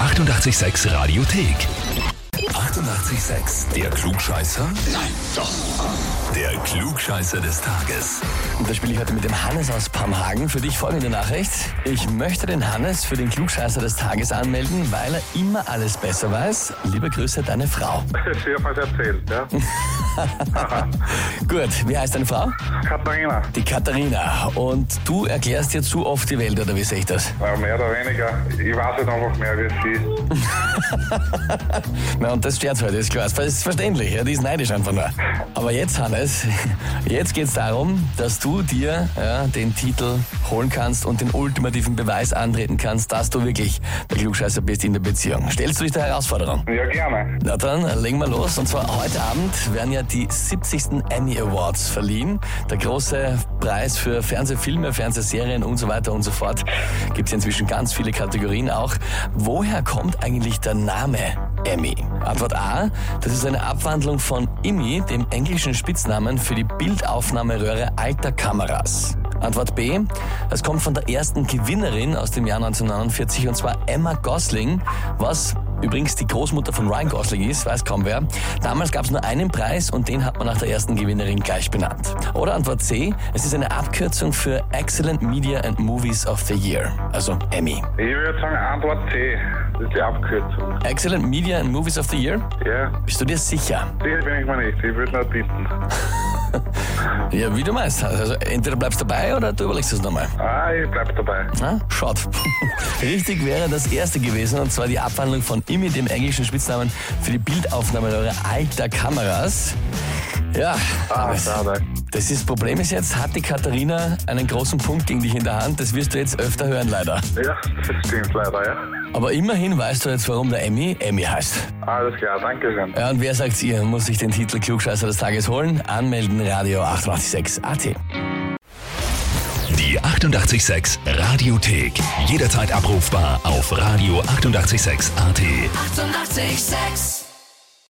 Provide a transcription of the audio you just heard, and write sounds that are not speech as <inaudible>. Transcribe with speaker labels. Speaker 1: 886 Radiothek. 88,6. Der Klugscheißer? Nein, doch. Der Klugscheißer des Tages.
Speaker 2: Und da spiele ich heute mit dem Hannes aus Pamhagen. Für dich folgende Nachricht. Ich möchte den Hannes für den Klugscheißer des Tages anmelden, weil er immer alles besser weiß. Liebe Grüße, deine Frau.
Speaker 3: Sie haben es erzählt, ja?
Speaker 2: Gut, wie heißt deine Frau?
Speaker 3: Katharina,
Speaker 2: Die Katharina. Und du erklärst dir zu oft die Welt, oder wie sehe ich das?
Speaker 3: äh, mehr oder weniger. Ich weiß jetzt einfach mehr wie Sie.
Speaker 2: Na, und das stört heute, ist klar. Das ist verständlich, ja, die ist neidisch einfach nur. Aber jetzt, Hannes, <laughs> jetzt geht's darum, dass du dir ja, den Titel holen kannst und den ultimativen Beweis antreten kannst, dass du wirklich der Klugscheißer bist in der Beziehung. Stellst du dich der Herausforderung?
Speaker 3: Ja, gerne.
Speaker 2: Na dann, legen wir los. Und zwar heute Abend werden ja die 70. Emmy Awards verliehen. Der große Preis für Fernsehfilme, Fernsehserien und so weiter und so fort. Gibt es inzwischen ganz viele Kategorien auch. Woher kommt eigentlich der Name Emmy? Antwort A, das ist eine Abwandlung von Immi, dem englischen Spitznamen für die Bildaufnahmeröhre alter Kameras. Antwort B. Es kommt von der ersten Gewinnerin aus dem Jahr 1949 und zwar Emma Gosling, was übrigens die Großmutter von Ryan Gosling ist, weiß kaum wer. Damals gab es nur einen Preis und den hat man nach der ersten Gewinnerin gleich benannt. Oder Antwort C. Es ist eine Abkürzung für Excellent Media and Movies of the Year, also Emmy.
Speaker 3: Ich würde sagen Antwort C. Das ist die Abkürzung.
Speaker 2: Excellent Media and Movies of the Year?
Speaker 3: Ja,
Speaker 2: Bist du dir sicher?
Speaker 3: sicher bin ich mir nicht. Ich würde nur tippen.
Speaker 2: Ja, wie du meinst. Also entweder bleibst dabei oder du überlegst es nochmal.
Speaker 3: Ah, ich bleib dabei.
Speaker 2: Na, schaut. <laughs> Richtig wäre das erste gewesen, und zwar die Abwandlung von Immi, dem englischen Spitznamen für die Bildaufnahme eurer alter Kameras. Ja,
Speaker 3: Ah,
Speaker 2: Hannes,
Speaker 3: schade.
Speaker 2: das ist, Problem ist jetzt, hat die Katharina einen großen Punkt gegen dich in der Hand. Das wirst du jetzt öfter hören, leider.
Speaker 3: Ja, das stimmt leider, ja.
Speaker 2: Aber immerhin weißt du jetzt, warum der Emmy Emmy heißt.
Speaker 3: Alles klar, danke schön.
Speaker 2: Ja, und wer sagt's ihr, muss sich den Titel Klugscheißer des Tages holen? Anmelden, Radio 886 AT.
Speaker 1: Die 88,6 Radiothek. Jederzeit abrufbar auf radio886.at. 88,6.
Speaker 4: Eighty-eight, sex.